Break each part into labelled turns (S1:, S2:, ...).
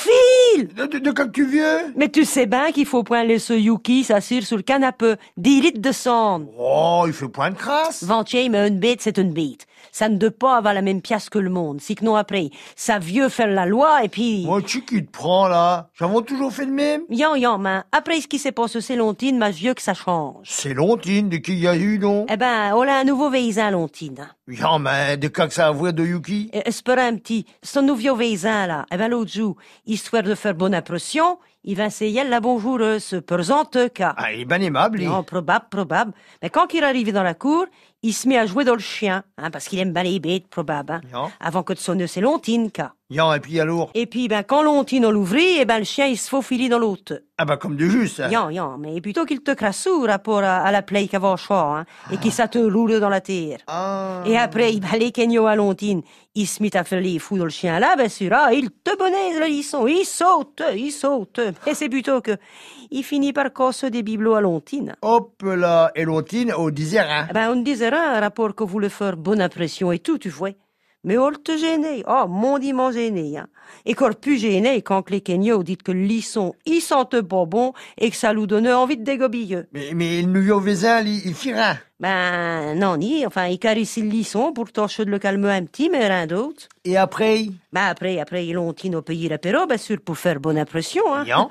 S1: Turfil
S2: De, de, de quoi que tu vieux
S1: Mais tu sais bien qu'il faut point laisser Yuki s'assire sur le canapé. 10 litres de cendre.
S2: Oh, il fait point de crasse.
S1: Ventier, mais une bête, c'est une bête. Ça ne doit pas avoir la même pièce que le monde. Si que non après, ça vieux faire la loi et puis...
S2: Moi, tu qui te prends, là J'avons toujours fait le même
S1: Yon, yon, mais après ce qui s'est passé c'est Lontine, ma vieux que ça change.
S2: C'est Lontine, de qui il y a eu, non
S1: Eh ben, on a un nouveau paysan, Lontine.
S2: Bien, mais de quoi que ça a à voir de Yuki
S1: Euh, espérons un petit. Son nouveau paysan, là, eh ben, l'autre jour, histoire de faire bonne impression, il va essayer la bonjour, se présente cas.
S2: Ah, il est bien aimable, lui.
S1: Non, probable, probable. Mais quand il est arrivé dans la cour, il se met à jouer dans le chien, hein, parce qu'il aime bien les bêtes, probable. hein.
S2: Non.
S1: Avant que de sonner, c'est Lontine, cas.
S2: Bien, et puis alors
S1: Et puis, ben, quand Lontine on l'ouvrit, et ben, le chien, il se faufile dans l'autre.
S2: Ah bah, comme de juste. hein.
S1: Yan, yan, mais plutôt qu'il te crasse au rapport à, à la plaie qu'avant choix, hein, et qu'il ça te roule dans la terre.
S2: Ah,
S1: Et après, il balait Kenyo à Lontine. Il se mit à faire les fous dans le chien là, bien sûr. Ah, il te bonnaise le lisson. Il saute, il saute. Et c'est plutôt que, il finit par casser des bibelots à Lontine.
S2: hop là, et Lontine au désert, hein
S1: Eh Ben, on disait un rapport que voulait faire bonne impression et tout, tu vois. Mais on te gêné. Oh, mon dimanche gêné, hein. Et encore plus gêné quand que les Kenyos disent que le lisson, il sentent pas bon et que ça lui donnait envie de dégobiller.
S2: Mais, mais le nouveau voisin, lui, il hein. fira.
S1: Ben, non, ni. Enfin, il caresse le lisson pour tâcher de le calmer un petit, mais rien d'autre.
S2: Et après
S1: Ben, après, après, ils ont au pays l'apéro, bien sûr, pour faire bonne impression, hein.
S2: Bien.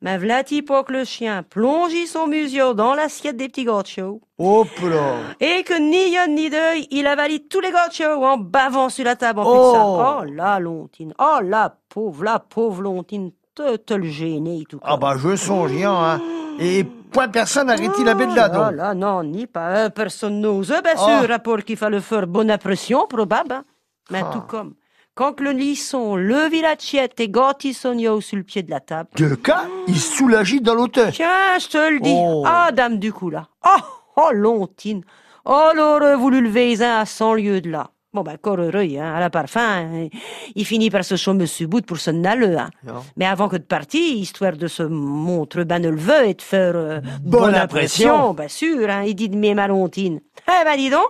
S1: Mais v'là pas que le chien plonge son museau dans l'assiette des petits gâteaux.
S2: Hop là
S1: Et que ni yon ni deuil, il avalide tous les gâteaux en bavant sur la table en
S2: Oh.
S1: plus de ça. Oh la Lontine, oh la pauvre, la pauvre Lontine, te, te le gêner, tout
S2: Ah bah, je songe, bien, hein. Et point personne arrêté la bête là,
S1: Oh
S2: donc.
S1: là, non, ni pas un, personne n'ose. Eh Bien
S2: Ah. Ah.
S1: sûr, rapport qu'il fallait faire bonne impression, probable. hein. Mais tout comme, quand que le lisson levi la tiette et gâtit son yo sur le pied de la table,
S2: De cas, il soulagit dans l'auteur.
S1: tiens, je te le dis,
S2: Oh.
S1: ah, dame du coup, là, oh, oh, Lontine, oh, l'heureux voulu le vaisin à 100 lieues de là. Bon, ben, corps heureux, hein, à la parfum, hein, il finit par se chômer sur bout pour se naller, hein.
S2: Non.
S1: Mais avant que de partir, histoire de se montrer ben le vœu et de faire euh,
S2: Bonne impression.
S1: bien sûr, hein, il dit de même à Lontine. Eh ben, dis donc,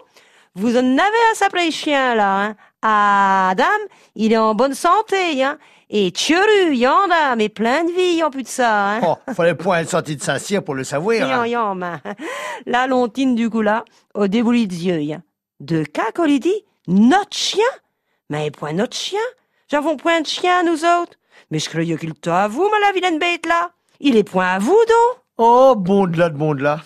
S1: vous en avez un sacré chien, là, hein. Adam, il est en bonne santé, hein. Et tcheru, y en a, mais plein de vie, en plus de ça, hein.
S2: Oh, fallait point être sorti de Saint-Cyr pour le savoir.
S1: Yan,
S2: hein.
S1: yan, main. La lontine du coup là, au débouli des yeux. hein. De quoi qu'on lui dit Notre chien Mais point notre chien J'avons point de chien, nous autres. Mais je croyais qu'il t'a à vous, ma la vilaine bête là. Il est point à vous, donc
S2: Oh, bon de là, de bon de là.